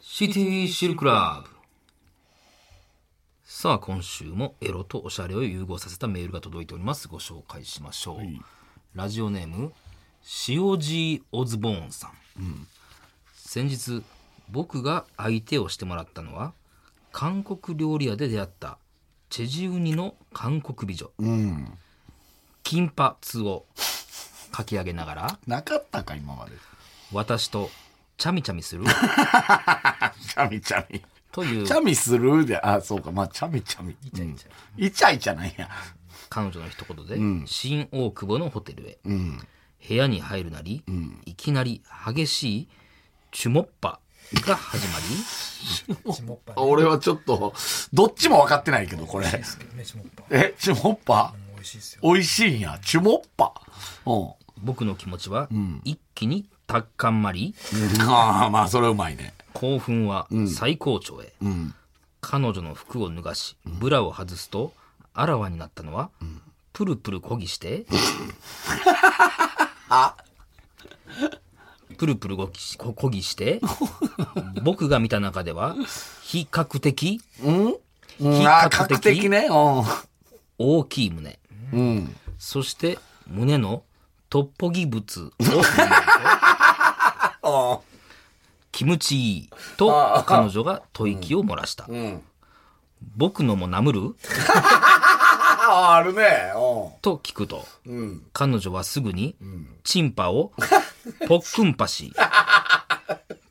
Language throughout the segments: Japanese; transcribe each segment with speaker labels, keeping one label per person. Speaker 1: シティシルクラブ。さあ、今週もエロとおしゃれを融合させたメールが届いております。ご紹介しましょう。ラジオネーム、塩爺オズボーンさん。先日、僕が相手をしてもらったのは、韓国料理屋で出会った、チェジウニの韓国美女。キンパツをかき上げながら、
Speaker 2: なかったか、今まで。
Speaker 1: 私とチャミチャミする
Speaker 2: チャミチャミ。
Speaker 1: という
Speaker 2: チャミするで、あ、そうか、まあ、チャミチャミ。イチャイチャ。イチャイチャなんや。
Speaker 1: 彼女の一言で、新大久保のホテルへ、部屋に入るなり、いきなり激しいチュモッパが始ま
Speaker 2: 俺はちょっと、どっちも分かってないけど、これ。
Speaker 3: ねちもっぱ
Speaker 2: え、チュモッパ
Speaker 3: 美味しいですよ
Speaker 2: 美味しいんや。チュモッパ。う
Speaker 1: り僕の気持ちは一気にたっかんまり
Speaker 2: ん。ああ、まあ、それうまいね。
Speaker 1: 興奮は最高潮へ、彼女の服を脱がしブラを外すとあらわになったのは、プルプルこぎ してプルプルこぎしここぎして 僕が見た中では比較的
Speaker 2: うん、
Speaker 1: 比較的
Speaker 2: ああ、確的ね。う
Speaker 1: 大きい胸、
Speaker 2: ん。うん。
Speaker 1: そして胸のトッポギ物を
Speaker 2: あ
Speaker 1: キムチいいと彼女が吐息を漏らした、
Speaker 2: ん
Speaker 1: 僕のもなむる
Speaker 2: あ、あるね。う
Speaker 1: と聞くと
Speaker 2: ん。うん。
Speaker 1: 彼女はすぐにチンパ をポックンパし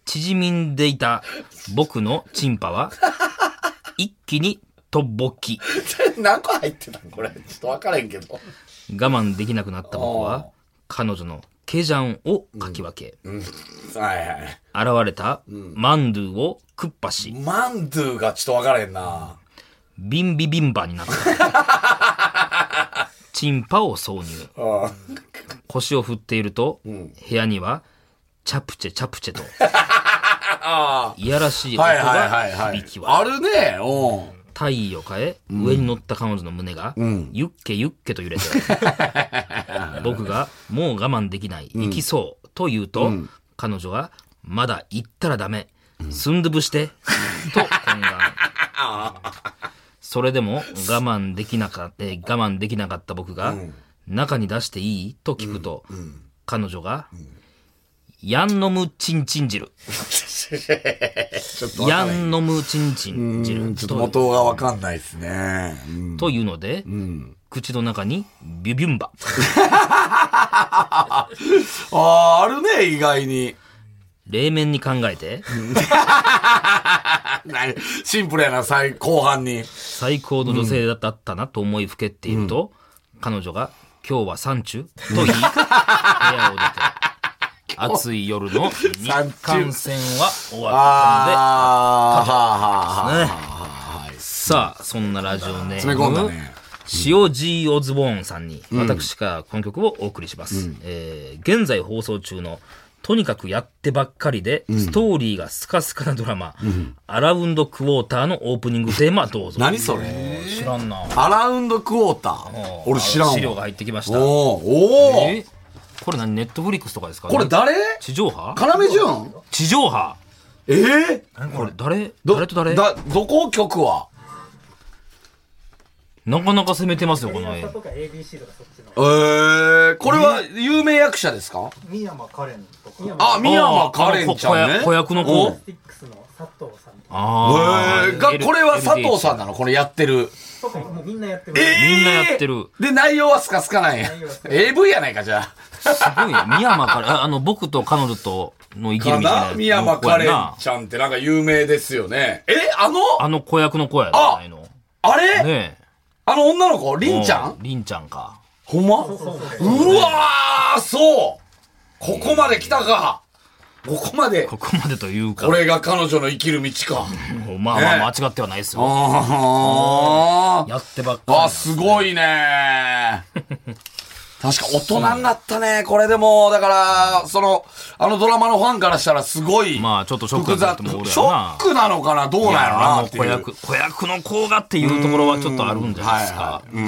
Speaker 1: 縮みんでいた僕のチンパ は一気にとぼっき
Speaker 2: 何個入ってたんこれ。ちょっと分からへんけど。
Speaker 1: 我慢できなくなった僕は彼女のケジャンをかき分け、
Speaker 2: はいはい。
Speaker 1: 現れたマンドゥをクッパし、
Speaker 2: マンドゥがちょっと分からへんな。
Speaker 1: ビンビビンバにな った。チンパを挿入。
Speaker 2: うん。
Speaker 1: 腰を振っていると、部屋には、チャプチェチャプチェ と、いやらしい音
Speaker 2: はいはいはい
Speaker 1: が
Speaker 2: はい。
Speaker 1: 響きは、
Speaker 2: あるね。うん。
Speaker 1: 体位を変え、上に乗った彼女の胸が、ユッケユッケと揺れて、 僕が、もう我慢できない、行きそう、と言うと、彼女が、まだ行ったらダメ、すんどぶ して、と懇願。それでも我慢できなかった、えー我慢できなかった僕が、中に出していいと聞くと、彼女が、ヤンノムチンチン 汁。
Speaker 2: ちょっと分か
Speaker 1: ヤ
Speaker 2: らへん。
Speaker 1: ンノムチンチン
Speaker 2: うん
Speaker 1: 汁
Speaker 2: ちょっ
Speaker 1: と
Speaker 2: と元が分かんないですね。うん
Speaker 1: というので、口の中にビュビュンバ、
Speaker 2: ああ、あるね、意外に。
Speaker 1: 冷麺に考えて、
Speaker 2: ないシンプルやな、最後半に。
Speaker 1: 最高の女性だったなと思いふけっていると、彼女が、今日は三中と言い、部屋を出て、暑い夜の日韓戦は終わったので、
Speaker 2: ああ、はあ、はあ、はあ。
Speaker 1: さあ、そんなラジオネ
Speaker 2: 詰め込んだ
Speaker 1: ーム、
Speaker 2: ね。
Speaker 1: 塩 G オズボーンさんに、私からこの曲をお送りします。えー現在放送中の、とにかくやってばっかりで、ストーリーがスカスカなドラマ、アラウンドクォーターのオープニングテーマどうぞ。
Speaker 2: 何それ
Speaker 1: 知らんな。
Speaker 2: アラウンドクォーター。俺知らんわ。
Speaker 1: 資料が入ってきました。
Speaker 2: おーおー
Speaker 1: えこれ何ネットフリックスとかですか
Speaker 2: これ誰
Speaker 1: 地上波
Speaker 2: 要潤
Speaker 1: 地上波
Speaker 2: えー
Speaker 1: これ誰
Speaker 2: ど
Speaker 1: 誰と誰
Speaker 2: だどこ曲は
Speaker 1: なかなか攻めてますよ、この絵。
Speaker 3: とか ABC とかそっちの
Speaker 2: えー、これは有名役者ですか
Speaker 3: 三山カレンとか
Speaker 2: あ、宮山カレンちゃん
Speaker 1: あ
Speaker 2: ね。
Speaker 1: の子子役子役の
Speaker 2: お
Speaker 1: 子。
Speaker 3: スティックスの佐藤さんとか
Speaker 1: あ
Speaker 2: えー、が、これは佐藤
Speaker 1: ん。
Speaker 2: さんなのこれやってる。
Speaker 3: とかもうみんなやってま
Speaker 2: え
Speaker 3: す
Speaker 2: ー
Speaker 1: みんなやってる。
Speaker 2: で、内容はスカスカなんや
Speaker 3: 容はス。カ
Speaker 2: AV やないか、じゃあ。
Speaker 1: すごいね。宮山カレン。ああの、僕と彼女との生きるみたいなやつ。
Speaker 2: 宮山カレン
Speaker 1: な
Speaker 2: ちゃんってなんか有名ですよね。え、あの
Speaker 1: あの子役の子やないの。
Speaker 2: あれ、
Speaker 1: ねえ。
Speaker 2: あの女の子りんちゃん
Speaker 1: りんちゃんか。
Speaker 2: ほんまうわーそうここまで来たかここまで
Speaker 1: ここまでというか。
Speaker 2: これが彼女の生きる道か。
Speaker 1: まあまあ
Speaker 2: ね
Speaker 1: 間違ってはないですよ。
Speaker 2: あー
Speaker 1: やってばっかり。
Speaker 2: あ、すごい ね確か大人になったね。これでも、だから、その、あのドラマのファンからしたらすごい。
Speaker 1: まあちょっとショック
Speaker 2: 複
Speaker 1: やった
Speaker 2: 雑
Speaker 1: と思うけどな
Speaker 2: ショックなのかなどうなんやろ
Speaker 1: あ
Speaker 2: な
Speaker 1: の
Speaker 2: って
Speaker 1: 子
Speaker 2: いう。
Speaker 1: 役、子役の子がっていうところはちょっとあるんじゃないですか。
Speaker 2: うんう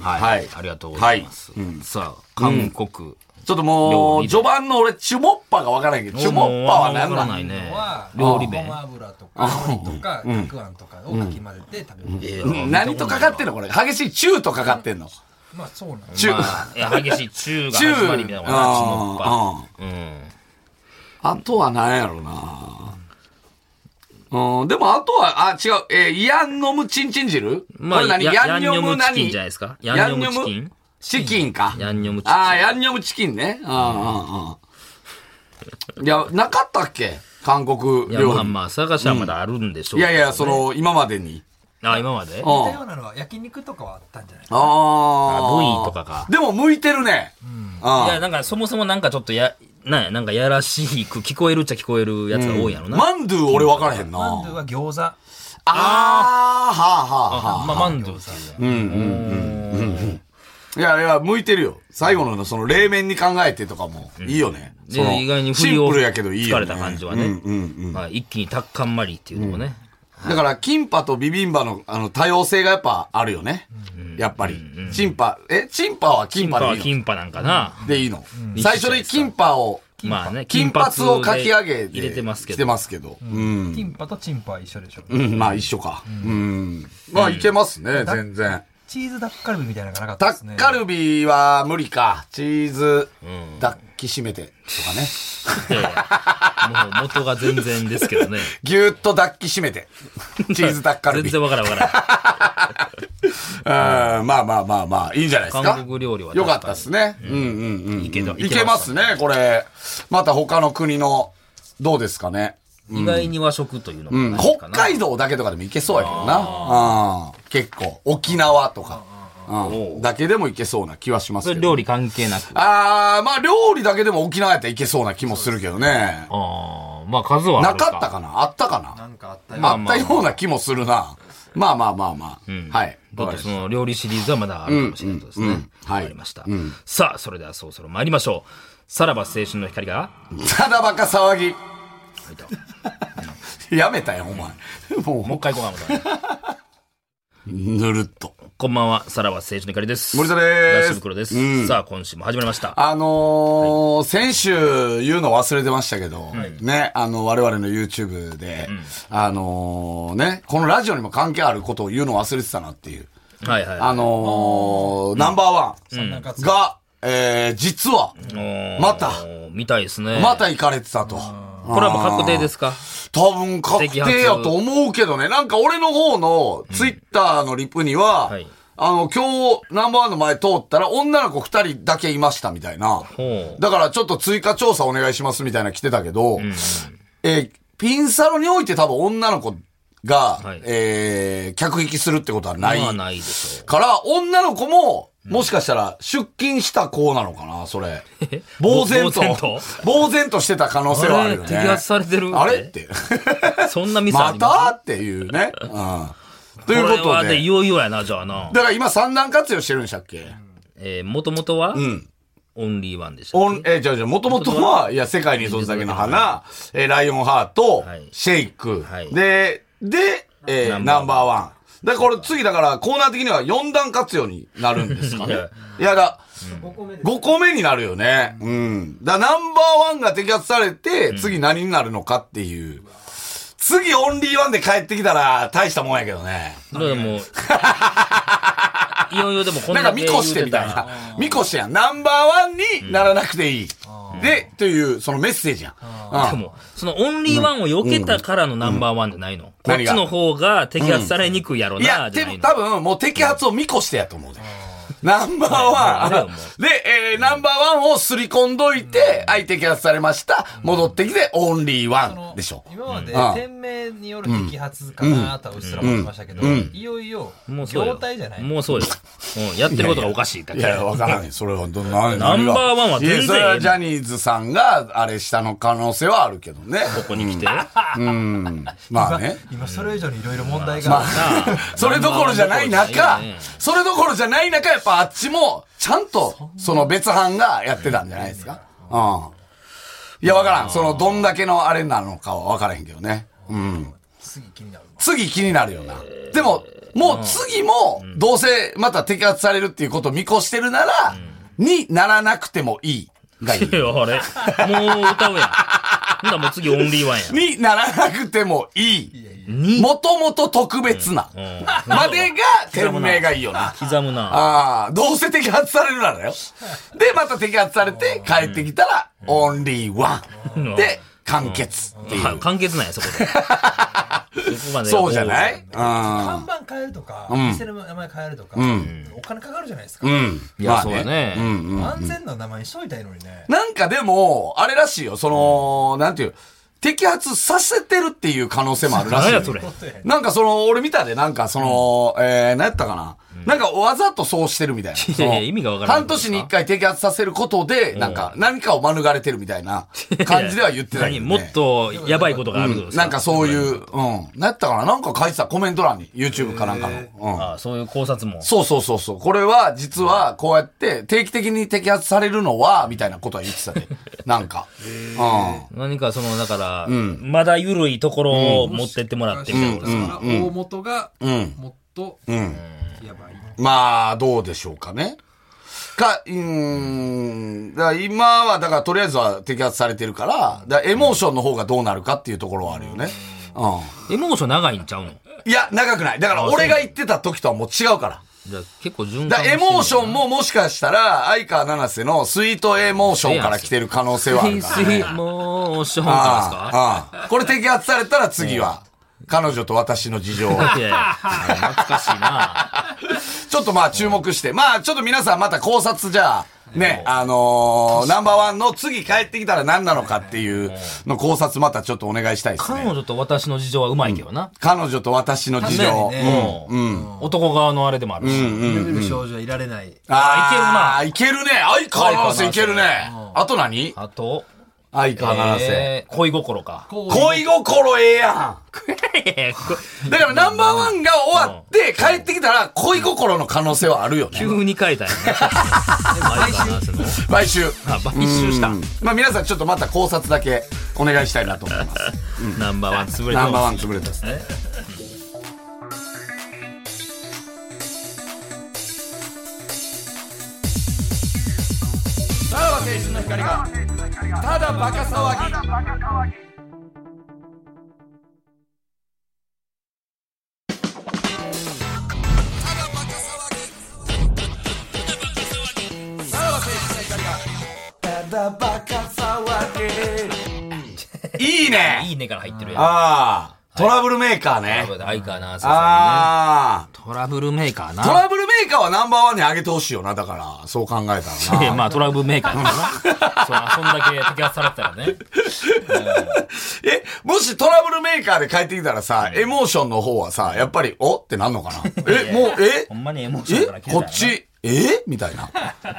Speaker 2: ん。
Speaker 1: はい。
Speaker 2: はい
Speaker 1: ありがとうございます。さあ、韓国、
Speaker 2: ちょっとも
Speaker 1: 料
Speaker 2: う、
Speaker 1: 理で
Speaker 2: 序盤の俺、チュモッパがわからんけど、チュモッパは何
Speaker 1: わか
Speaker 2: な
Speaker 1: ら
Speaker 2: の
Speaker 1: ないね
Speaker 4: は。
Speaker 1: 料理名
Speaker 4: ご。ま油とか海苔とかたくあんとかをかき混ぜて食べる、
Speaker 1: えー
Speaker 2: うん 何とかかってんのこれ。激しいチューとかかってんの。
Speaker 4: まあそうなんです
Speaker 2: チュ
Speaker 1: ま
Speaker 2: ー。
Speaker 1: あ、いや激しい中が
Speaker 2: チュー
Speaker 1: 始まりみたいなの
Speaker 2: あー
Speaker 1: かな、チモッパ。うん。
Speaker 2: あとは何やろな。うん、でもあとは、あ、違う、えー、ヤンニョムチンチン汁
Speaker 1: ま
Speaker 2: こ
Speaker 1: あ、
Speaker 2: れ何
Speaker 1: や
Speaker 2: ヤ
Speaker 1: ヤ
Speaker 2: ン
Speaker 1: ン
Speaker 2: ニ
Speaker 1: ニ
Speaker 2: ョ
Speaker 1: ョム
Speaker 2: ム
Speaker 1: チキン
Speaker 2: 何
Speaker 1: じゃないですか。ヤンニョムチキン
Speaker 2: チキンか。
Speaker 1: ヤンニョムチキン
Speaker 2: ああ、ヤンニョムチキンね。うんうんうん。いや、なかったっけ韓国
Speaker 1: いや、
Speaker 2: 料
Speaker 1: まあ
Speaker 2: 理。
Speaker 1: まあ、探しはまだあるんでしょ
Speaker 2: いう
Speaker 1: けど
Speaker 2: や
Speaker 1: ね
Speaker 2: いや、そ。の、今までに。
Speaker 1: あ、今まで
Speaker 2: うん。
Speaker 4: 似たよう
Speaker 2: あ
Speaker 4: なのは焼肉とかはあったんじゃない
Speaker 2: あ
Speaker 1: あ
Speaker 2: ー。
Speaker 1: 部位とかか
Speaker 2: でも、向いてるね。
Speaker 1: い
Speaker 2: あ
Speaker 1: や、なんか、そもそもなんかちょっとや、なんや、なんかやらしく聞こえるっちゃ聞こえるやつが多いやろな。
Speaker 2: マンドゥ俺分からへんな。
Speaker 4: マンドゥは餃子
Speaker 2: あー、はあはあはあ。
Speaker 1: まあ、マンドゥさん
Speaker 2: うんうんうんうんいやいや、向いてるよ。最後のその冷麺に考えてとかも、いいよね。その
Speaker 1: で、意外に振
Speaker 2: シ
Speaker 1: り
Speaker 2: ン
Speaker 1: を
Speaker 2: プルやけどいい
Speaker 1: 疲
Speaker 2: よ、
Speaker 1: れ
Speaker 2: ね。
Speaker 1: た感じはね。
Speaker 2: うんうんうん
Speaker 1: まあ、一気にタッカンマリっていうのもね。
Speaker 2: だから、キンパとビビンバのあの多様性がやっぱあるよね。やっぱり。チンパ、え、チンパはキ
Speaker 1: キ
Speaker 2: ン
Speaker 1: ンパ
Speaker 2: パ
Speaker 1: は
Speaker 2: でい
Speaker 1: キ
Speaker 2: いの
Speaker 1: ンパなんかな。
Speaker 2: でいいの、
Speaker 1: ん
Speaker 2: 最初にキンパを、
Speaker 1: まあね、
Speaker 2: 金髪をかき上げて、
Speaker 1: 入れてますけ
Speaker 2: 来て
Speaker 1: ど。
Speaker 2: ますけど。うん。
Speaker 4: キンパとチンパは一緒でしょ、
Speaker 2: うん、まあ一緒か。うん。まあいけますね、
Speaker 4: だ
Speaker 2: 全然。
Speaker 4: チーズダッカルビみたいなのがなかった
Speaker 2: タ
Speaker 4: ですね
Speaker 2: ッカルビは無理か。チーズ
Speaker 1: ん、
Speaker 2: 抱きしめてとかね。
Speaker 1: いやいやもう元が全然ですけどね。
Speaker 2: ぎゅーっと抱きし めて。チーズタッ カルビ。
Speaker 1: 全然わからんわからん。
Speaker 2: うん、まあまあまあまあ、いいんじゃないですか。
Speaker 1: 韓国料理は
Speaker 2: よ
Speaker 1: 確かに
Speaker 2: かったですね。うんうんうん。
Speaker 1: いけた
Speaker 2: いけますね、これ。また他の国の、どうですかね。
Speaker 1: 意外に和食というの
Speaker 2: うん。
Speaker 1: もない
Speaker 2: 北
Speaker 1: かな。
Speaker 2: 海道だけとかでもいけそうやけどな。うん。結構。沖縄とか。うん。だけでもいけそうな気はします
Speaker 1: そ
Speaker 2: け
Speaker 1: れ
Speaker 2: ど。
Speaker 1: 料理関係なく。あ
Speaker 2: あー、まあ料理だけでも沖縄やったらいけそうな気もするけどね。
Speaker 1: あー、まあ数はあ
Speaker 2: な
Speaker 1: るか。
Speaker 2: かったかなあったかな
Speaker 4: なんかあったよ
Speaker 1: ま
Speaker 2: あ
Speaker 1: あ
Speaker 2: っ
Speaker 1: まあ
Speaker 2: たような気もするな。まあまあまあまあ。はい。
Speaker 1: ちょっとその料理シリーズはまだあるかもしれないとですね。
Speaker 2: うん
Speaker 1: わ、
Speaker 2: うんうんはい
Speaker 1: かりました、さあ、それではそろそろ参りましょう。さらば青春の光が、
Speaker 2: ただバカ騒ぎ。
Speaker 1: はいと
Speaker 2: やめたよ、お前。
Speaker 1: もう
Speaker 2: も
Speaker 1: 一回行こうかなまた。
Speaker 2: う、ぬるっと。
Speaker 1: こんばんは、さらば青春の光です。
Speaker 2: 森田です
Speaker 1: 東袋です、さあ、今週も始まりました。
Speaker 2: あのー先週言うの忘れてましたけど、ね、あの、我々の YouTube で、あのーね、このラジオにも関係あることを言うの忘れてたなっていう。
Speaker 1: はいはい。
Speaker 2: あのーナンバーワ
Speaker 4: なんか
Speaker 2: ンが、えー、実は、
Speaker 1: おー
Speaker 2: また。
Speaker 1: 見たいですね。
Speaker 2: また行かれてたと。
Speaker 1: これはもう確定ですか
Speaker 2: 多分確定やと思うけどね。なんか俺の方のツイッターのリプには、
Speaker 1: はい
Speaker 2: あの、今日ナンバーワンの前通ったら女の子二人だけいましたみたいな。
Speaker 1: ほう。
Speaker 2: だからちょっと追加調査お願いしますみたいなの来てたけど、えーピンサロにおいて多分女の子が、
Speaker 1: はい
Speaker 2: えー客引きするってことはない。
Speaker 1: まあないでしょ
Speaker 2: から、女の子も、もしかしたら出勤した子なのかな、それ。呆然と
Speaker 1: ぼ呆然と。
Speaker 2: 呆然としてた可能性はあるよね。
Speaker 1: あれ摘発されてる
Speaker 2: あれって。
Speaker 1: う。そんなミスあ
Speaker 2: ま
Speaker 1: ります
Speaker 2: たっていう ね。うん。というこ
Speaker 1: れは
Speaker 2: と
Speaker 1: ね、
Speaker 2: で。
Speaker 1: いよいよやな、じゃあな。
Speaker 2: だから今三段活用してるんでしたっけ
Speaker 1: えー、もともとは、
Speaker 2: ん
Speaker 1: オンリーワンでしたっけ。
Speaker 2: オン、え、じゃあじゃあ、もともとは、いや、世界に一つだけの花、えー、ライオンハート
Speaker 1: はい、
Speaker 2: シェイク、
Speaker 1: はい
Speaker 2: で、で、えーナ
Speaker 1: ナ
Speaker 2: ン
Speaker 1: ン
Speaker 2: バ
Speaker 1: バ
Speaker 2: ー
Speaker 1: ー
Speaker 2: ワン。で、これ次だから、コーナー的には4段活用になるんですか
Speaker 1: い
Speaker 2: ね
Speaker 1: や。
Speaker 2: いや、だ、
Speaker 3: 5個目です。
Speaker 2: 5個目になるよね。うん。だからナンバーワンが摘発されて、次何になるのかっていう。次オンリーワンで帰ってきたら、大したもんやけどね。
Speaker 1: だからもう、 いよいよでもこん
Speaker 2: なん
Speaker 1: だ
Speaker 2: か
Speaker 1: け
Speaker 2: 見
Speaker 1: 言う
Speaker 2: 越してみたい
Speaker 1: ら
Speaker 2: な。見越してやん。ナンバーワンにならなくていい。で、という、そのメッセージやん。
Speaker 1: で
Speaker 2: うん
Speaker 1: も、そのオンリーワンを避けたからのナンバーワンじゃないの、こっ
Speaker 2: 何
Speaker 1: ち
Speaker 2: が
Speaker 1: の方が摘発されにくいやろ
Speaker 2: いや、
Speaker 1: な、じ
Speaker 2: で
Speaker 1: ゃな
Speaker 2: も
Speaker 1: いの
Speaker 2: 多分、もう摘発を見越してやと思うで。ナンバー
Speaker 1: あれ
Speaker 2: ワ
Speaker 1: よ
Speaker 2: ン
Speaker 1: も。
Speaker 2: で、えーナンバーワンをすり込んどいて、はい、摘発されました。戻ってきて、オンリー
Speaker 4: そ
Speaker 2: ワ
Speaker 4: の
Speaker 2: ンでしょ。
Speaker 4: 今まで
Speaker 2: うん
Speaker 4: 店名による摘発かなとはうっすら思ってましたけど、いよいよ
Speaker 1: もうそうよ
Speaker 4: 業態じゃない
Speaker 1: もうそうよ。うん、やってることがおかしいだ
Speaker 2: い
Speaker 1: け。
Speaker 2: や、わからんよ。それはど、な、
Speaker 1: ナンバーワンは全然
Speaker 2: いやそれはジャニーズさんが、あれしたの可能性はあるけどね。
Speaker 1: ここに来て。
Speaker 2: うん。まあね。
Speaker 4: 今それ以上にいろいろ問題が、
Speaker 2: まあ、それどころじゃない
Speaker 1: ナンバーワンどころ
Speaker 2: 中
Speaker 1: じゃないね、
Speaker 2: それどころじゃない中、やっぱあっちも、ちゃんと、その別班がやってたんじゃないですか。うん。いや、わからん。その、どんだけのあれなのかはわからへんけどね。うん。
Speaker 4: 次気になる
Speaker 2: 次気になるよな。でも、もう次も、どうせまた摘発されるっていうことを見越してるなら、にならなくてもいい。がいい
Speaker 1: い。やあれもう歌うやん。ほんならもう次オンリーワンや。
Speaker 2: にならなくてもいい。
Speaker 1: に
Speaker 2: もともと特別な。
Speaker 1: ん
Speaker 2: までが、店名がいいよな。
Speaker 1: 刻むな。
Speaker 2: ああ、どうせ摘発されるならよ。で、また摘発されて帰ってきたら、オンリーワン。で、完結っていう。
Speaker 1: 完結なんや、そこ で。そこまで
Speaker 2: そうじゃないうん。
Speaker 4: 看板変えるとか、店の名前変えるとか、お金かかるじゃないですか。
Speaker 2: うん。
Speaker 1: いや、そうだね。
Speaker 4: 安全な名前にしといたいのにね。
Speaker 2: なんかでも、あれらしいよ。その、なんていう、摘発させてるっていう可能性もあるらし
Speaker 1: 何
Speaker 2: いよ。
Speaker 1: やそれ。
Speaker 2: なんかその、俺見たで、なんかその、えー、何やったかな。なんかわざとそうしてるみたいな。その
Speaker 1: いや意味がわからない
Speaker 2: 半年に一回摘発させることで、なんか、何かを免れてるみたいな感じでは言ってたけ
Speaker 1: 何
Speaker 2: どね
Speaker 1: もっとやばいことがあるってことです
Speaker 2: なんかそういう、うん。何やったかななんか書いてた、コメント欄に。YouTube かなんかの。うん。
Speaker 1: ああそういう考察も。
Speaker 2: そうそうそうそう。これは、実は、こうやって、定期的に摘発されるのは、みたいなことは言ってた で。なんか。うん。
Speaker 1: 何かその、だから、まだ緩いところを持ってってもらってみたいなことですか。
Speaker 5: から大元が
Speaker 2: ん
Speaker 5: もっと
Speaker 2: ん
Speaker 5: やばい。
Speaker 2: まあ、どうでしょうかね。か、うーん。だから今は、だからとりあえずは摘発されてるから、だからエモーションの方がどうなるかっていうところはあるよね。う
Speaker 1: エモーション長いんちゃうの
Speaker 2: ん。いや、長くない。だから俺が言ってた時とはもう違うから。
Speaker 1: じゃあ結構循環
Speaker 2: だからエモーション
Speaker 1: も
Speaker 2: ももしかしたら、相川七瀬のスイートエモーションから来てる可能性はあるから、
Speaker 1: スイ
Speaker 2: ね。
Speaker 1: ートモーションから
Speaker 2: ああああこれ摘発されたら次は、彼女と私の事情 を
Speaker 1: ですかいやいや懐かしいな。
Speaker 2: ちょっとまあ注目して、まあちょっと皆さんまた考察じゃあ、ね、あのーナンバーワンの次帰ってきたら何なのかっていうの考察またちょっとお願いしたいです
Speaker 1: 彼
Speaker 2: ね。
Speaker 1: 女と私の事情はうまいけどな。
Speaker 2: 彼女と私の事情。
Speaker 4: ね
Speaker 2: う
Speaker 4: えね
Speaker 2: ん
Speaker 1: もう男側のあれでもあるし。
Speaker 5: 読める少女はいられない。
Speaker 2: あーいけるね。相川七瀬
Speaker 1: 相川七瀬
Speaker 2: いけるね。あと何
Speaker 1: あと、
Speaker 2: 相川七瀬。
Speaker 1: えー恋心か。
Speaker 2: 恋心ええやん。だからナンバーワンが終わって帰ってきたら恋心の可能性はあるよね。
Speaker 1: 急に書いたよね。
Speaker 2: 毎週。
Speaker 1: あ買収した。
Speaker 2: まあ皆さんちょっとまた考察だけお願いしたいなと思います。
Speaker 1: ナンバーワン潰れて
Speaker 2: ナンバー
Speaker 1: ま
Speaker 2: ワン潰れたですね。さらば青春の光がただバカ騒ぎ。
Speaker 1: す。
Speaker 2: いいね
Speaker 1: いいねから入ってるやん。
Speaker 2: ああ、トラブルメーカーね。
Speaker 1: 相川なさんね。
Speaker 2: あ
Speaker 1: トラブルメーカー
Speaker 2: あ、ト
Speaker 1: な。
Speaker 2: ラブルメーカーはナンバーワンに上げてほしいよな、だから、そう考えたら
Speaker 1: いや
Speaker 2: な。
Speaker 1: まあトラブルメーカーだからな。 そう、そんだけ摘発されてたらね。
Speaker 2: え、もしトラブルメーカーで帰ってきたらさ、エモーションの方はさ、やっぱり、おってなんのかなえ、もう、え
Speaker 1: ほんまにエモーションから
Speaker 2: え
Speaker 1: 来てたよ
Speaker 2: こ
Speaker 1: な
Speaker 2: っち、えみたいな。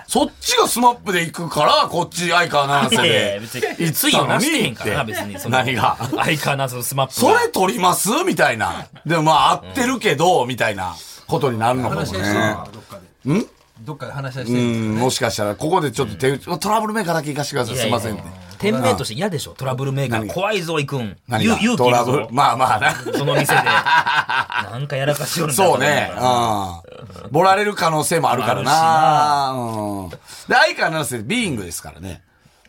Speaker 2: そっちがスマップで行くから、こっち相川七瀬
Speaker 1: いやい
Speaker 2: で
Speaker 1: や別。に。
Speaker 2: 行
Speaker 1: つ
Speaker 2: っ
Speaker 1: いを
Speaker 2: たの
Speaker 1: な
Speaker 2: に
Speaker 1: してへん
Speaker 2: っ
Speaker 1: からな、別
Speaker 2: て。
Speaker 1: に。その
Speaker 2: 何が
Speaker 1: 相川なさんのスマップ
Speaker 2: そ
Speaker 1: が。
Speaker 2: れ取りますみたいな。でもまあ、合ってるけど、みたいなことになるのかも
Speaker 5: 話し合い
Speaker 2: ね
Speaker 5: して。るのかどっかで。どっかで話し合いし
Speaker 2: う
Speaker 5: てる。
Speaker 2: ん、もしかしたら、ここでちょっと手打ち、トラブルメーカーだけ行かせてください。すいませんって。
Speaker 1: 店名として嫌でしょトラブルメーカー。
Speaker 2: 何
Speaker 1: 怖いぞ、行くん。
Speaker 2: 何
Speaker 1: ゆ
Speaker 2: が
Speaker 1: 勇気いるぞ
Speaker 2: トラブル、ま あまあな。
Speaker 1: その店で。なんかやらかしよるんだ
Speaker 2: そうね。うん。ボラれる可能性もあるからな。うん。で、相川七瀬、ビーイングですからね。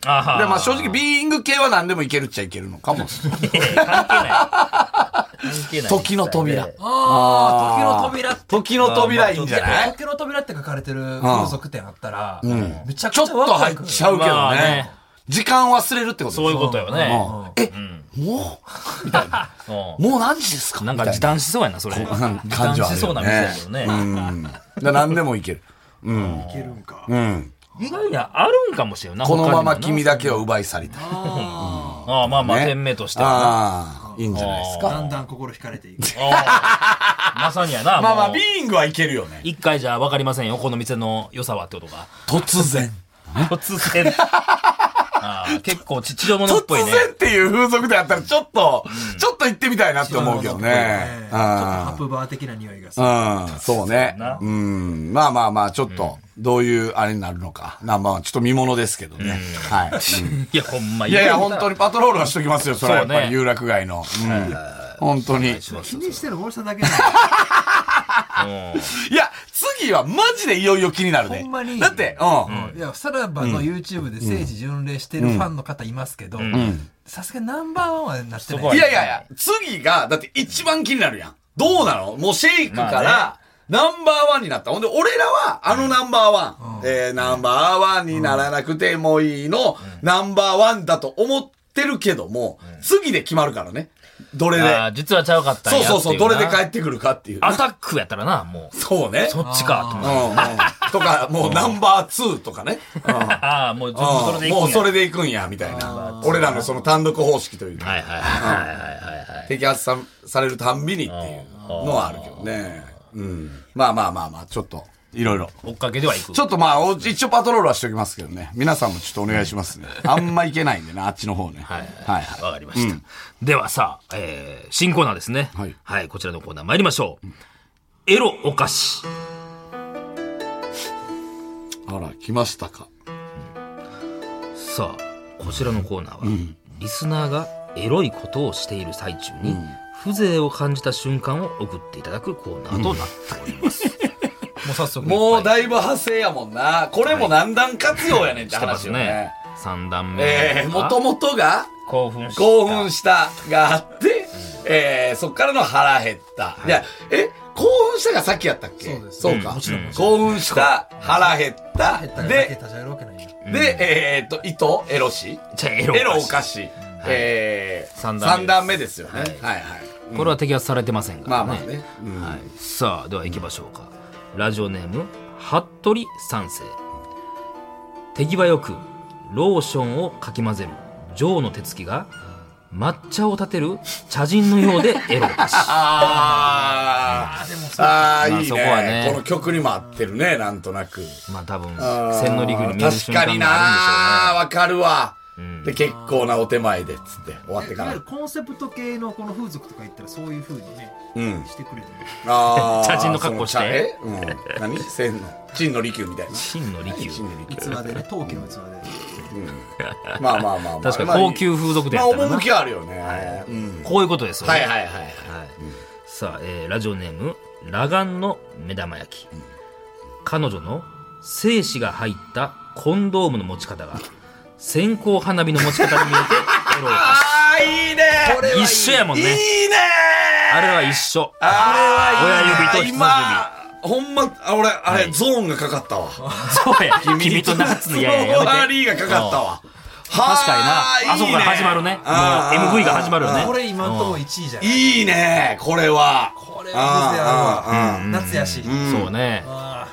Speaker 1: あは
Speaker 2: で、まあ正直、ビーイング系は何でもいけるっちゃいける のかもしれな
Speaker 1: 関
Speaker 2: い。
Speaker 1: 係ない
Speaker 2: 時の扉。
Speaker 4: ああ、時の扉って。
Speaker 2: 時の扉いいんじゃない
Speaker 4: 時の扉って書かれてる風俗店あったら、めちゃく
Speaker 2: ちょっ
Speaker 4: ちゃ
Speaker 2: と
Speaker 4: ワクワ
Speaker 2: 入っ
Speaker 4: ク
Speaker 2: ちゃうけ
Speaker 1: ま
Speaker 2: ど
Speaker 1: あ
Speaker 2: ね
Speaker 1: ね。
Speaker 2: 時間忘れるってこと
Speaker 1: そういう
Speaker 2: と。
Speaker 1: ことよね。
Speaker 2: うんえ、もうみたいな。
Speaker 1: う
Speaker 2: もう何時ですか
Speaker 1: んなんか
Speaker 2: みたい
Speaker 1: 時短しそうやな、それ。時
Speaker 2: うん感
Speaker 1: 短
Speaker 2: じはあ
Speaker 1: し
Speaker 2: る
Speaker 1: そう
Speaker 2: よ
Speaker 1: な
Speaker 2: ね
Speaker 1: 店やけどね。
Speaker 2: うん。だから何でもいける。
Speaker 5: いけるんか。
Speaker 2: うん。
Speaker 1: 意外にあるんかもしれんな。
Speaker 2: このまま君
Speaker 1: だ。
Speaker 2: だけを奪い去りたい。
Speaker 1: ああ、まあまあ、店名としては
Speaker 2: ああ、いいんじゃないです
Speaker 5: だ
Speaker 2: か。
Speaker 5: んだん心惹かれていく。
Speaker 1: な。ああまさにやな。
Speaker 2: まあまあ、
Speaker 1: もう
Speaker 2: ビーイングはいけるよね。
Speaker 1: 一回じゃ分かりませんよ、この店の良さはってことが。
Speaker 2: 突然。
Speaker 1: 突 然。ああ結構ち地上物っ
Speaker 2: 突
Speaker 1: ぽいね。
Speaker 2: 然っていう風俗であったら、ちょっと、ちょっと行ってみたいなって思うけどね。
Speaker 5: ちょっとハ
Speaker 2: あ
Speaker 5: プバー的な匂いがする。
Speaker 2: あうん、そうね
Speaker 1: な。
Speaker 2: うん。まあまあまあ、ちょっと、どういうあれになるのか。なまあ、ちょっと見ものですけどね。はい。うん
Speaker 1: いや、ほんま
Speaker 2: いやいや、本当にパトロールはしときますよ。それはやっぱ
Speaker 1: そう
Speaker 2: り
Speaker 1: ね
Speaker 2: 有楽街の。うん。本当に。
Speaker 5: 気にしてるの大下だけなの
Speaker 1: うん
Speaker 2: いや、次次はマジでいよいよ気になるね。
Speaker 5: ほんまに
Speaker 2: だって、うん。
Speaker 5: いや、さらばの YouTube で聖地巡礼してるファンの方いますけど、さすがにナンバーワンはなって
Speaker 1: そこは
Speaker 5: ないい。
Speaker 2: やいやいや、次が、だって一番気になるやん。どうなのもうシェイクから、ナンバーワンになった。ほんで、俺らは、あのナンバーワン、えー、ナンバーワンにならなくてもいいの、ナンバーワンだと思ってるけども、次で決まるからね。どれで。
Speaker 1: あー実はちゃうかったん
Speaker 2: そ
Speaker 1: や
Speaker 2: う
Speaker 1: ってい
Speaker 2: そうそう、どれで帰
Speaker 1: な
Speaker 2: ってくるかっていう。
Speaker 1: アタックやったらな、もう。
Speaker 2: そうね。
Speaker 1: そっちか、と
Speaker 2: うん
Speaker 1: 思って。
Speaker 2: うん、とか、もうナンバーツーとかね。うん
Speaker 1: ああ、もうずっとそれでいくんや
Speaker 2: もうそれで行くんや、みたいな。俺らのその単独方式というか、
Speaker 1: はいはいはいはいはいはい。
Speaker 2: 摘発さされるたんびにっていうのはあるけどね。うん。まあまあまあまあ、ちょっと、いろいろ。
Speaker 1: 追っかけではいく。
Speaker 2: ちょっとまあ、お一応パトロールはしておきますけどね。皆さんもちょっとお願いしますね。あんま行けないんでね、あっちの方ね。はいはいはい。
Speaker 1: わかりました。ではさあ、えー新コーナーですね。
Speaker 2: はい
Speaker 1: こちらのコーナー参りましょう。エロお菓子。
Speaker 2: あら、来ましたか。
Speaker 1: さあ、こちらのコーナーは、リスナーがエロいことをしている最中に、風情を感じた瞬間を送っていただくコーナーとなっており ます。
Speaker 4: う早速。
Speaker 2: もうだいぶ派生やもんな。これも何段活用やねんって
Speaker 1: してま
Speaker 2: 話
Speaker 1: す
Speaker 2: よね
Speaker 1: ね。。三段目。
Speaker 2: えー、もともとが、
Speaker 1: 興奮した。
Speaker 2: 興奮したがあって、えー、そっからの腹減った。いや、え、興奮したが先やったっけそうです。そうか。興奮した、腹減った
Speaker 5: 減った、らだけ
Speaker 2: で、
Speaker 5: 立ち上がるわけないやん。
Speaker 2: で、えーっと、糸、エロし、
Speaker 1: じゃあエロ
Speaker 2: エロ
Speaker 1: お
Speaker 2: お菓
Speaker 1: 菓子。
Speaker 2: 子、えー、
Speaker 1: 三段目です
Speaker 2: 三段目ですよね。はいはい。
Speaker 1: これは摘発されてませんか
Speaker 2: ま
Speaker 1: ら
Speaker 2: あ
Speaker 1: ね。
Speaker 2: まあね。うん
Speaker 1: はい、さあでは行きましょうか、ラジオネーム服部三世手際よくローションをかき混ぜる女王の手つきが抹茶を立てる茶人のようで エロかしま
Speaker 2: あー、あー
Speaker 1: あ
Speaker 2: いい
Speaker 1: そこはね
Speaker 2: ね。この曲にも合ってるね、なんとなく。
Speaker 1: まあ多分
Speaker 2: あー
Speaker 1: 千利休に見える瞬間
Speaker 2: 確かに
Speaker 1: が
Speaker 2: な
Speaker 1: あ
Speaker 2: わかるわ、
Speaker 1: ん
Speaker 2: で結構なお手前でっつって終わって
Speaker 5: い
Speaker 2: か
Speaker 5: わゆる
Speaker 2: ら
Speaker 5: コンセプト系のこの風俗とか言ったらそういう風に ね、
Speaker 2: うん
Speaker 5: してくれてる。
Speaker 2: あ ー
Speaker 1: 茶人の格好して
Speaker 2: そ茶えうん、何千の陳の利休みたいな
Speaker 1: るんでしょうね真の利休
Speaker 2: 陳の利休
Speaker 5: 器でね、陶器の器で。
Speaker 2: まあまあまあ、まあ、
Speaker 1: 確かに高級風俗店や
Speaker 2: まあ
Speaker 1: ったらな、
Speaker 2: 趣あるよね、うん、
Speaker 1: こういうことですよね
Speaker 2: はいはいはいはい
Speaker 1: はいさあ、えーラジオネーム「裸眼の目玉焼き」彼女の精子が入ったコンドームの持ち方が線香花火の持ち方に見えて エロいか
Speaker 2: ああいいねこれ
Speaker 1: しい一緒やもん
Speaker 2: いいね
Speaker 1: ねあれは一緒
Speaker 2: あ
Speaker 1: 親
Speaker 2: れはいい
Speaker 1: 指と人
Speaker 2: 今
Speaker 1: 差
Speaker 2: ほんまあ俺あれ、
Speaker 1: はい
Speaker 2: ゾーンがかかったわ
Speaker 1: し指そうや君と夏のやや
Speaker 2: ゾーンア
Speaker 1: や
Speaker 2: ー
Speaker 1: めて
Speaker 2: リーがかかったわ
Speaker 1: 確かにな
Speaker 2: はー
Speaker 1: あそこから始まるねもう
Speaker 2: あー
Speaker 1: MV が始まるよね
Speaker 5: これ今んとこ1位じゃない。
Speaker 2: いいねこれは。
Speaker 5: これは風情あるわ。
Speaker 1: うん
Speaker 5: 夏やし。
Speaker 1: そうね
Speaker 5: あ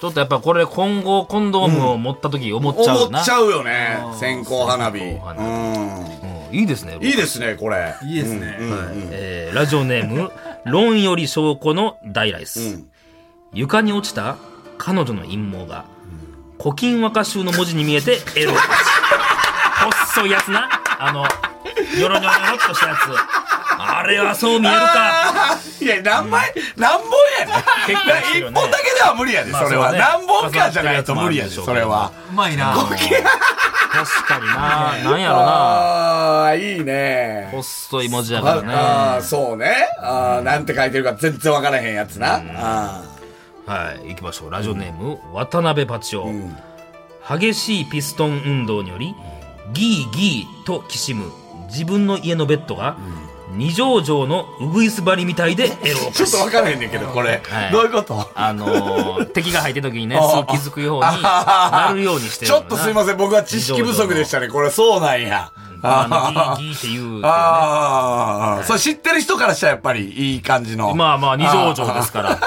Speaker 1: ちょっとやっぱこれ今後コンドームを持った時思っちゃう
Speaker 2: 思
Speaker 1: な
Speaker 2: っちゃうよね。線香花火。
Speaker 1: 線香
Speaker 2: う
Speaker 1: うんいいですね
Speaker 2: ん。いいですね、これ。
Speaker 5: あいいですね。
Speaker 1: えーラジオネーム「論より証拠の大ライス」
Speaker 2: うん
Speaker 1: 床に落ちた彼女の陰謀が「古今和歌集」の文字に見えてエロ細いやつなあのニョロニョロニョロっとしたやつあれはそう見えるか
Speaker 2: あーいや、何枚、何本やねん。
Speaker 1: 結構してるよ
Speaker 2: 一
Speaker 1: ね
Speaker 2: 本だけでは無理やで、
Speaker 1: まあ
Speaker 2: それは。
Speaker 1: そうね
Speaker 2: 何本かじゃないと無理やで、それは。
Speaker 5: うまいな。
Speaker 1: 確かにななんやろな
Speaker 2: ああー、いいね。
Speaker 1: 細い文字やからね
Speaker 2: ああー、そうね。あーなんて書いてるか全然わからへんやつな。あ
Speaker 1: はい行きましょうラジオネーム渡辺パチオ、
Speaker 2: ん
Speaker 1: 激しいピストン運動によりギーギーときしむ自分の家のベッドが、二条城のうぐいす張りみたいでエロを
Speaker 2: ーちょっとわからへんねんけど、これ
Speaker 1: は。い
Speaker 2: どういうこと
Speaker 1: あの ー、敵が入ってる時にね、
Speaker 2: あ
Speaker 1: そう気づくようになるようにしてる
Speaker 2: ち
Speaker 1: の
Speaker 2: ょ
Speaker 1: よ
Speaker 2: っ
Speaker 1: な
Speaker 2: とすいません、僕は知識不足でしたね。これ、そうなんや。
Speaker 1: ま
Speaker 2: あ
Speaker 1: あギーギーっていう、ね。
Speaker 2: ああ、それ知ってる人からしたらやっぱりいい感じの。
Speaker 1: まあまあ、二条城ですから。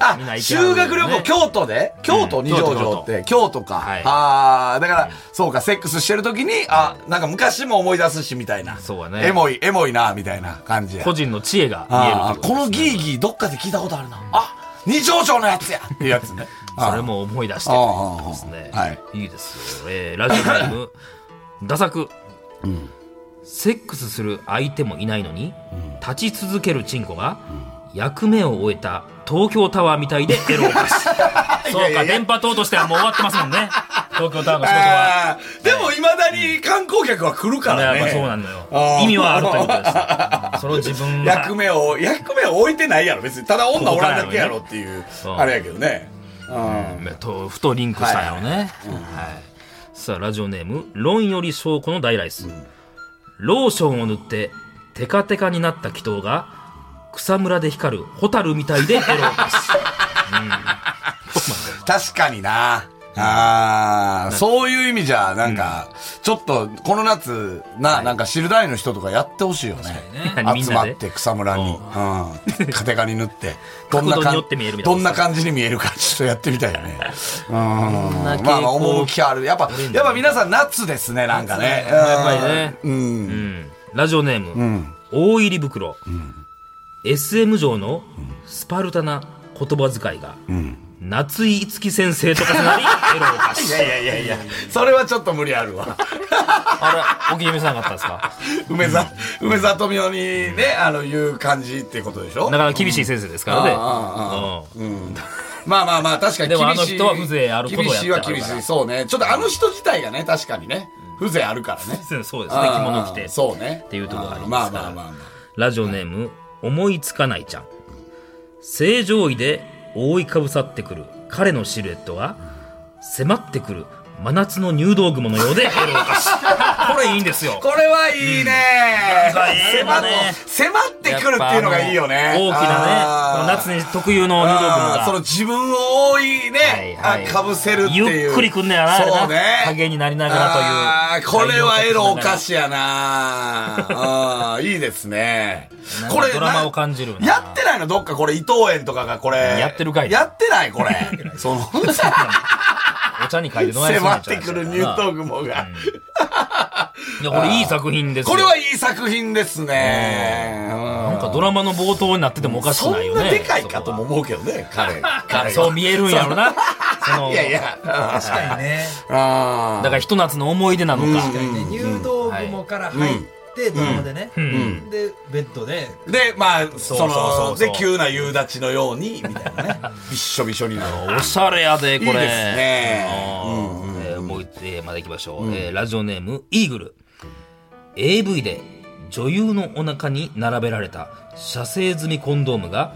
Speaker 2: あ
Speaker 1: みんな行きはる
Speaker 2: 修
Speaker 1: よね
Speaker 2: 学旅行、京都で京都
Speaker 1: うん
Speaker 2: 二条城って、京都か。
Speaker 1: はい
Speaker 2: ああ、だから、そうか、セックスしてる時に、あ、なんか昔も思い出すし、みたいな。
Speaker 1: そうやね
Speaker 2: エモい、エモいな、みたいな感じや。
Speaker 1: 個人の知恵が見える
Speaker 2: あ
Speaker 1: っ
Speaker 2: ー
Speaker 1: て
Speaker 2: こ
Speaker 1: と
Speaker 2: の
Speaker 1: です
Speaker 2: ギ
Speaker 1: ね
Speaker 2: ーギーどっかで聞いたことあるな。あ、二条城のやつやっていうやつね。あー
Speaker 1: それも思い出して
Speaker 2: あ
Speaker 1: と
Speaker 2: あ
Speaker 1: い
Speaker 2: あ
Speaker 1: う
Speaker 2: あ
Speaker 1: ことですね。
Speaker 2: はい
Speaker 1: い、いですよ。えーラジオネーム、ダサく。セックスする相手もいないのに、立ち続けるチンコが、役目を終えた東京タワーみたいで エロおかし。そうか、電波塔としてはもう終わってますもんね。東京タワーの仕事は。
Speaker 2: あーでもいまだなに観光客は来るか
Speaker 1: だかららやっぱそう
Speaker 2: ね。
Speaker 1: なのよ
Speaker 2: あ。ー
Speaker 1: 意味はあるということです。それを自分が
Speaker 2: 役目を、役目を置いてないやろ、別に。ただ女おらんだけやろっていう
Speaker 1: こ、からやろね
Speaker 2: あれやけどね。うん。
Speaker 1: とふとリンクしたんやろね、はいさあラジオネーム「論より証拠の大ライス」ローションを塗ってテカテカになった祈祷が草むらで光る蛍みたいでエロ を出す
Speaker 2: 確かにな。ああ、そういう意味じゃ、なんか、ちょっと、この夏、な、なんか、汁大の人とかやってほしいよね。
Speaker 1: ね
Speaker 2: 集まって草むらに、うん。カテカに 塗って、どんな
Speaker 1: 角度によ
Speaker 2: 感
Speaker 1: って見える
Speaker 2: じ、
Speaker 1: みたい
Speaker 2: ど
Speaker 1: なん
Speaker 2: な感じに見えるか、ちょっとやってみたいよ ね。うん。まあ
Speaker 1: 傾向
Speaker 2: まあ、趣ある。やっぱ、やっぱ皆さん夏ですね、なんかね。や
Speaker 1: やっぱりね、
Speaker 2: う。
Speaker 1: うんん、ラジオネーム「大入り袋」SM 上のスパルタな言葉遣いが、夏井いつき先生と重なり エロを出
Speaker 2: い
Speaker 1: す
Speaker 2: やいやいやいや、それはちょっと無理あるわ。
Speaker 1: あれお気に召さなかったですか
Speaker 2: 梅沢、梅沢富美男にね、あの、言う感じってことでしょ
Speaker 1: なかなか厳しい先生ですからね、
Speaker 2: うんあ
Speaker 1: うん
Speaker 2: まあまあまあ、確かに厳しい。
Speaker 1: でもあの人は風情あることをやってはるから
Speaker 2: 厳しいは厳しい。そうね。ちょっとあの人自体がね、確かにね。風情あるから ね。
Speaker 1: そうですね着
Speaker 2: あー
Speaker 1: 物着て
Speaker 2: そうね。
Speaker 1: っていうところがあり
Speaker 2: ま
Speaker 1: ま
Speaker 2: あ
Speaker 1: すから
Speaker 2: まあまあま
Speaker 1: ラジオネーム、思いつかないちゃん正常位で覆いかぶさってくる彼のシルエットは迫ってくる真夏の入道雲のよう でエロおかしこれいいんですよ
Speaker 2: あ。これはいいね
Speaker 1: かいいわね
Speaker 2: 迫迫ってくるっていうのがいいよね。
Speaker 1: 大きなねこの
Speaker 2: あー
Speaker 1: 夏に特有の入道
Speaker 2: あーそ
Speaker 1: 雲
Speaker 2: の
Speaker 1: が
Speaker 2: 自分を覆いね、
Speaker 1: はいはい
Speaker 2: あかぶせるっていう。
Speaker 1: ゆっくり来んねやなあれな
Speaker 2: そうね。
Speaker 1: 影になりながらという
Speaker 2: あーこれはエロおかしやなあーいいですね。これ、
Speaker 1: ドラマを感じるな
Speaker 2: やってないのどっかこれ、伊藤園とかがこれ。
Speaker 1: やってるかい
Speaker 2: やってない これ。その、
Speaker 1: お茶に書いて飲まれそう
Speaker 2: 迫
Speaker 1: な
Speaker 2: っ
Speaker 1: んちゃ
Speaker 2: て
Speaker 1: う
Speaker 2: くるニュート
Speaker 1: い
Speaker 2: ークもが。
Speaker 1: やこれいい作品ですよ
Speaker 2: これはいい作品ですね。
Speaker 1: なんかドラマの冒頭になっててもおかしく
Speaker 2: そ
Speaker 1: ない
Speaker 2: ん
Speaker 1: よね
Speaker 2: なでかいか
Speaker 1: そことは
Speaker 2: も思うけどね、 彼。彼は
Speaker 1: そう見えるんやろな。その
Speaker 2: いやいや。確かに。
Speaker 5: かにね
Speaker 2: あ
Speaker 1: だ
Speaker 2: ー
Speaker 1: からひと夏の思い出なのか。
Speaker 5: で入道雲から入ってドラマでねでベッドで
Speaker 2: で、まあ、
Speaker 1: うそ
Speaker 2: そ
Speaker 1: うそうそ
Speaker 2: の、
Speaker 1: う
Speaker 2: で、急な夕立ちのように、みたい なね。びっしょびしょになる。
Speaker 1: おしゃれやで、これ。
Speaker 2: いいですね
Speaker 1: あーえーもう一点まで行きましょう。えーラジオネーム、イーグル。AV で女優のお腹に並べられた射精済みコンドームが、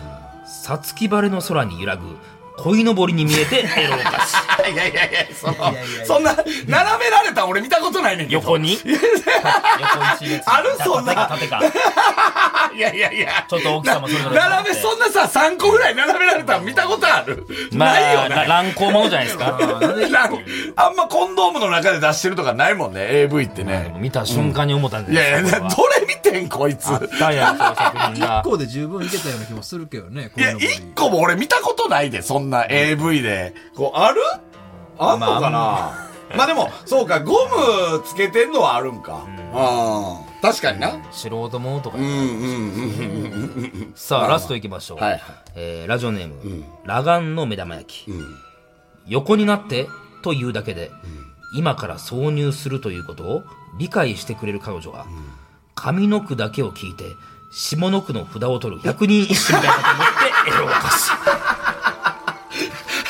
Speaker 1: さつき晴れの空に揺らぐ、鯉のぼりに見えてエロおかし。
Speaker 2: いやいやいや、その、そんな、並べられたん俺見たことないねんけど。
Speaker 1: 横に横一列
Speaker 2: あるそんな
Speaker 1: 縦か 縦か。
Speaker 2: いやいやいや。
Speaker 1: ちょっと大きさもそれぞれ違って
Speaker 2: 並べ、そんなさ、3個ぐらい並べられたん見たことある
Speaker 1: ま
Speaker 2: ないよ
Speaker 1: あ、
Speaker 2: な
Speaker 1: ら。乱行ものじゃないです か。
Speaker 2: なんあんまコンドームの中で出してるとかないもんね、AV って
Speaker 1: でも
Speaker 2: ね。
Speaker 1: 見た瞬間に思ったんじ
Speaker 2: い
Speaker 1: ゃない
Speaker 2: やい
Speaker 1: ですか
Speaker 2: や、
Speaker 1: これ
Speaker 2: ど
Speaker 1: は。
Speaker 2: れ見てん、こいつ。い
Speaker 1: ダイヤの作品が
Speaker 5: 1 。個で十分いけたような気もするけどね
Speaker 2: や、1個も俺見たことないで、そんな AV で。こう、あるあんのかな、 まあでも、そうか、ゴムつけてんのはあるんか。ああ確かにな。
Speaker 1: 素人もとか、
Speaker 2: うんうんうんうんうんうん。
Speaker 1: さあラストいきましょう、
Speaker 2: はいはい
Speaker 1: えーラジオネーム、裸眼の目玉焼き、横になってというだけで、今から挿入するということを理解してくれる彼女が、上の句だけを聞いて下の句の札を取る百人一首みたいな ことを持ってエロをかすま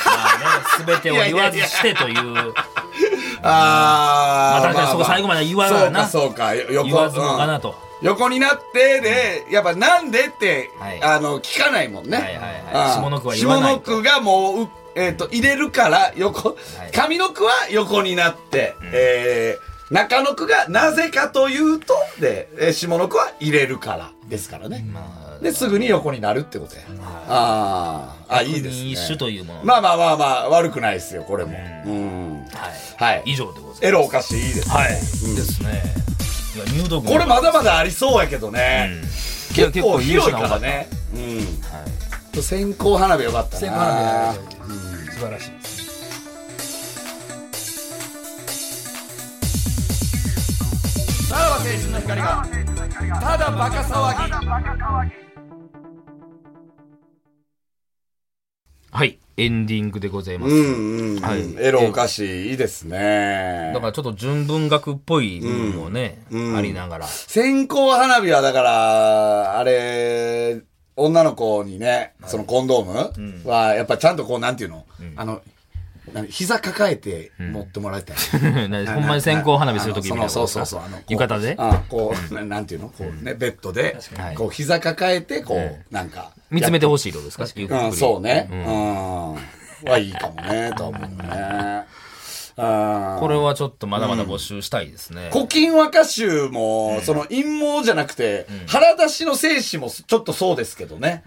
Speaker 1: あね全てを言わずしてという
Speaker 2: あ
Speaker 1: まあ
Speaker 2: ー
Speaker 1: 確かにそこ最後まで言わなな
Speaker 2: そうかそうかよ
Speaker 1: 言わずもが
Speaker 2: 横,、
Speaker 1: なと、
Speaker 2: うん横になってで、やっぱなんでって、
Speaker 1: はい
Speaker 2: あの聞かないもんね、
Speaker 1: はいはいはい
Speaker 2: うん
Speaker 1: 下の句は言わないと
Speaker 2: 下の句がもううえっ、と入れるから横、
Speaker 1: い
Speaker 2: 上の句は横になって、えー中の句がなぜかというとでえー下の句は入れるからですからね、
Speaker 1: まあ
Speaker 2: ですぐに横になるってことや、あーあいいですね
Speaker 1: 百人一首というもの、
Speaker 2: まあまあまあまあ悪くないですよこれもうん
Speaker 1: はい
Speaker 2: はい
Speaker 1: 以上でございます
Speaker 2: エロおかしいいいです
Speaker 1: はい、ですねいや入道
Speaker 2: これまだまだありそうやけどね、結構広いからねうん、線香花火よかったな
Speaker 5: 線香花火素晴らしいです
Speaker 2: さらば青春の光がただバカ騒ぎ
Speaker 1: はいエンディングでございます、
Speaker 2: うんうん、
Speaker 1: はい
Speaker 2: エロおかしいいいですね
Speaker 1: だからちょっと純文学っぽい部分もね、
Speaker 2: うん
Speaker 1: ありながら、
Speaker 2: 線香花火はだからあれ女の子にね、そのコンドームはやっぱちゃんとこうなんていうの、あのなんか膝抱えて持ってもらい たい。
Speaker 1: なんでほんまに線香花火するときみたいなこと
Speaker 2: そう
Speaker 1: です
Speaker 2: そう
Speaker 1: か
Speaker 2: そう。あのこう
Speaker 1: 浴衣で
Speaker 2: あこう、な なんていうのこうね、ベッドで、こう膝抱えて、こう、なんか。
Speaker 1: 見つめてほしいってことですかゆっくり
Speaker 2: うん、そうね。うん。はいいか もね、と思うね。あー
Speaker 1: これはちょっとまだまだ募集したいですね。
Speaker 2: 古今和歌集も、その陰謀じゃなくて、腹出しの精子もちょっとそうですけどね。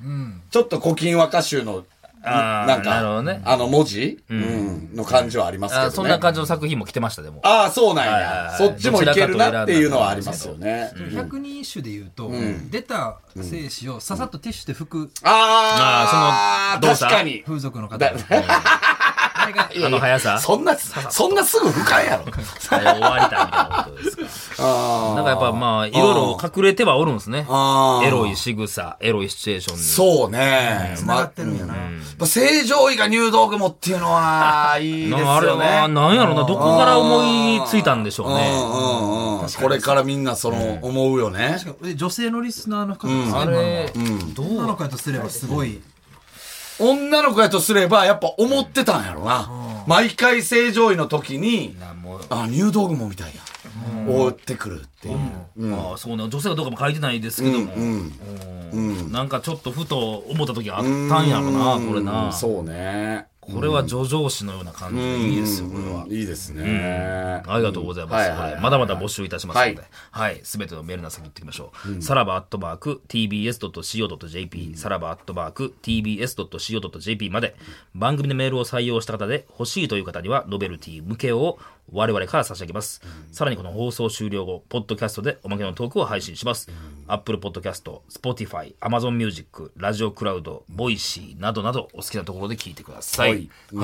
Speaker 2: ちょっと古今和歌集の、
Speaker 1: あー
Speaker 2: なん
Speaker 1: なるほど
Speaker 2: か
Speaker 1: ね、
Speaker 2: あの文字うんの感じはありますけど
Speaker 1: あ
Speaker 2: ね。
Speaker 1: そんな感じの作品も来てました、でも。
Speaker 2: ああ、そうなん
Speaker 1: はいはいは
Speaker 2: や。
Speaker 1: い
Speaker 2: そっちもいけるなっていうのはありますよね。
Speaker 5: 百人一首で言うと、出た精子をささっとティッシュで拭く
Speaker 1: あ、
Speaker 2: ああ
Speaker 1: ーその動作
Speaker 2: 確かに。
Speaker 5: 風俗の方
Speaker 2: だ
Speaker 5: あれが
Speaker 1: あの速さ。
Speaker 2: そんな、そんなすぐ不快やろ。
Speaker 1: あれ終わりたみたいなこと ですか。なんかやっぱまあ、いろいろ隠れてはおるんですね。
Speaker 2: あー
Speaker 1: エロい仕草、エロいシチュエーションに。
Speaker 2: そうね。
Speaker 5: 繋がってるんやな、
Speaker 2: まあ正常位が入道雲っていうのは、いいですよね。
Speaker 1: なあれは、なんやろな、どこから思いついたんでしょう
Speaker 2: う
Speaker 1: ね。
Speaker 2: んうんうん。これからみんなその、思うよね。
Speaker 5: 確かに女性のリスナーの方ですね、
Speaker 1: あれ、
Speaker 5: どうなのかとすればすごい、
Speaker 2: 女の子やとすれば、やっぱ思ってたんやろな。毎回正常位の時に、
Speaker 1: なもう
Speaker 2: あ、入道雲みたいや。覆ってくるっていう。
Speaker 1: まあそうね、女性がどうかも書いてないですけども、うんなんかちょっとふと思った時あったんやろな、これ
Speaker 2: うん
Speaker 1: な。
Speaker 2: そうね。
Speaker 1: これは叙情詩のような感じでいいですよ、これは
Speaker 2: うん。いいですね。
Speaker 1: ありがとうございます。
Speaker 2: うんはいはいはい
Speaker 1: まだまだ募集いたしますので
Speaker 2: はい、
Speaker 1: はい、す、べ、てのメールな先に言っていきましょう。さらばアットマーク tbs.co.jp、さらばアットマーク tbs.co.jp まで、番組でメールを採用した方で欲しいという方には、ノベルティ向けを我々から差し上げます。さらにこの放送終了後、ポッドキャストでおまけのトークを配信します。Apple Podcast、Spotify、Amazon Music、ラジオクラウド、ボイシーなどなどお好きなところで聞いてください。は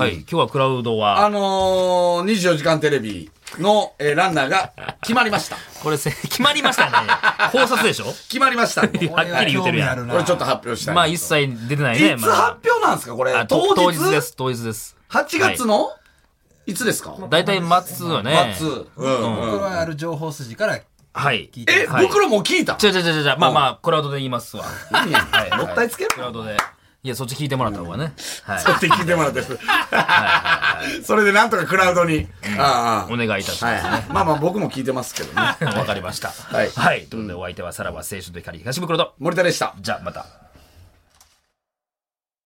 Speaker 1: い、今日はクラウドは、
Speaker 2: あのー、24時間テレビの、えーランナーが決まりました。
Speaker 1: これせ、 決まりましたね。考察でしょ
Speaker 2: 決まり ましたんで。こ
Speaker 1: はっきり言ってるや
Speaker 5: 興味ある
Speaker 1: ん。
Speaker 5: な
Speaker 2: れちょっと発表したい。
Speaker 1: まあ一切出てないね。
Speaker 2: いつ
Speaker 1: まだ
Speaker 2: 発表なんですかこれ
Speaker 1: あ。と
Speaker 2: 当
Speaker 1: 当
Speaker 2: 日
Speaker 1: 日です、当日です。
Speaker 2: 8月の、い、つですか
Speaker 1: 大体松よね。
Speaker 2: 末。うん
Speaker 5: 僕はある情報筋から
Speaker 1: はい。
Speaker 5: 聞いて
Speaker 2: え、
Speaker 1: はい
Speaker 2: 僕らも聞いた
Speaker 1: ちょちょちょちょちょ、まあまあ、クラウドで言いますわ。
Speaker 2: いや
Speaker 1: はい
Speaker 2: もったいつける
Speaker 1: クラウドで。いや、そっち聞いてもらった方がね。はい。
Speaker 2: って聞いてもらってる。 それでなんとかクラウドに。ああ
Speaker 1: お願いいたし
Speaker 2: は
Speaker 1: ま
Speaker 2: いはい。まあまあ僕も聞いてますけどね。
Speaker 1: す。わかりました。はいはい。ということで、お相手はさらば青春と光東袋と。
Speaker 2: 森田でした。
Speaker 1: じゃあ、また。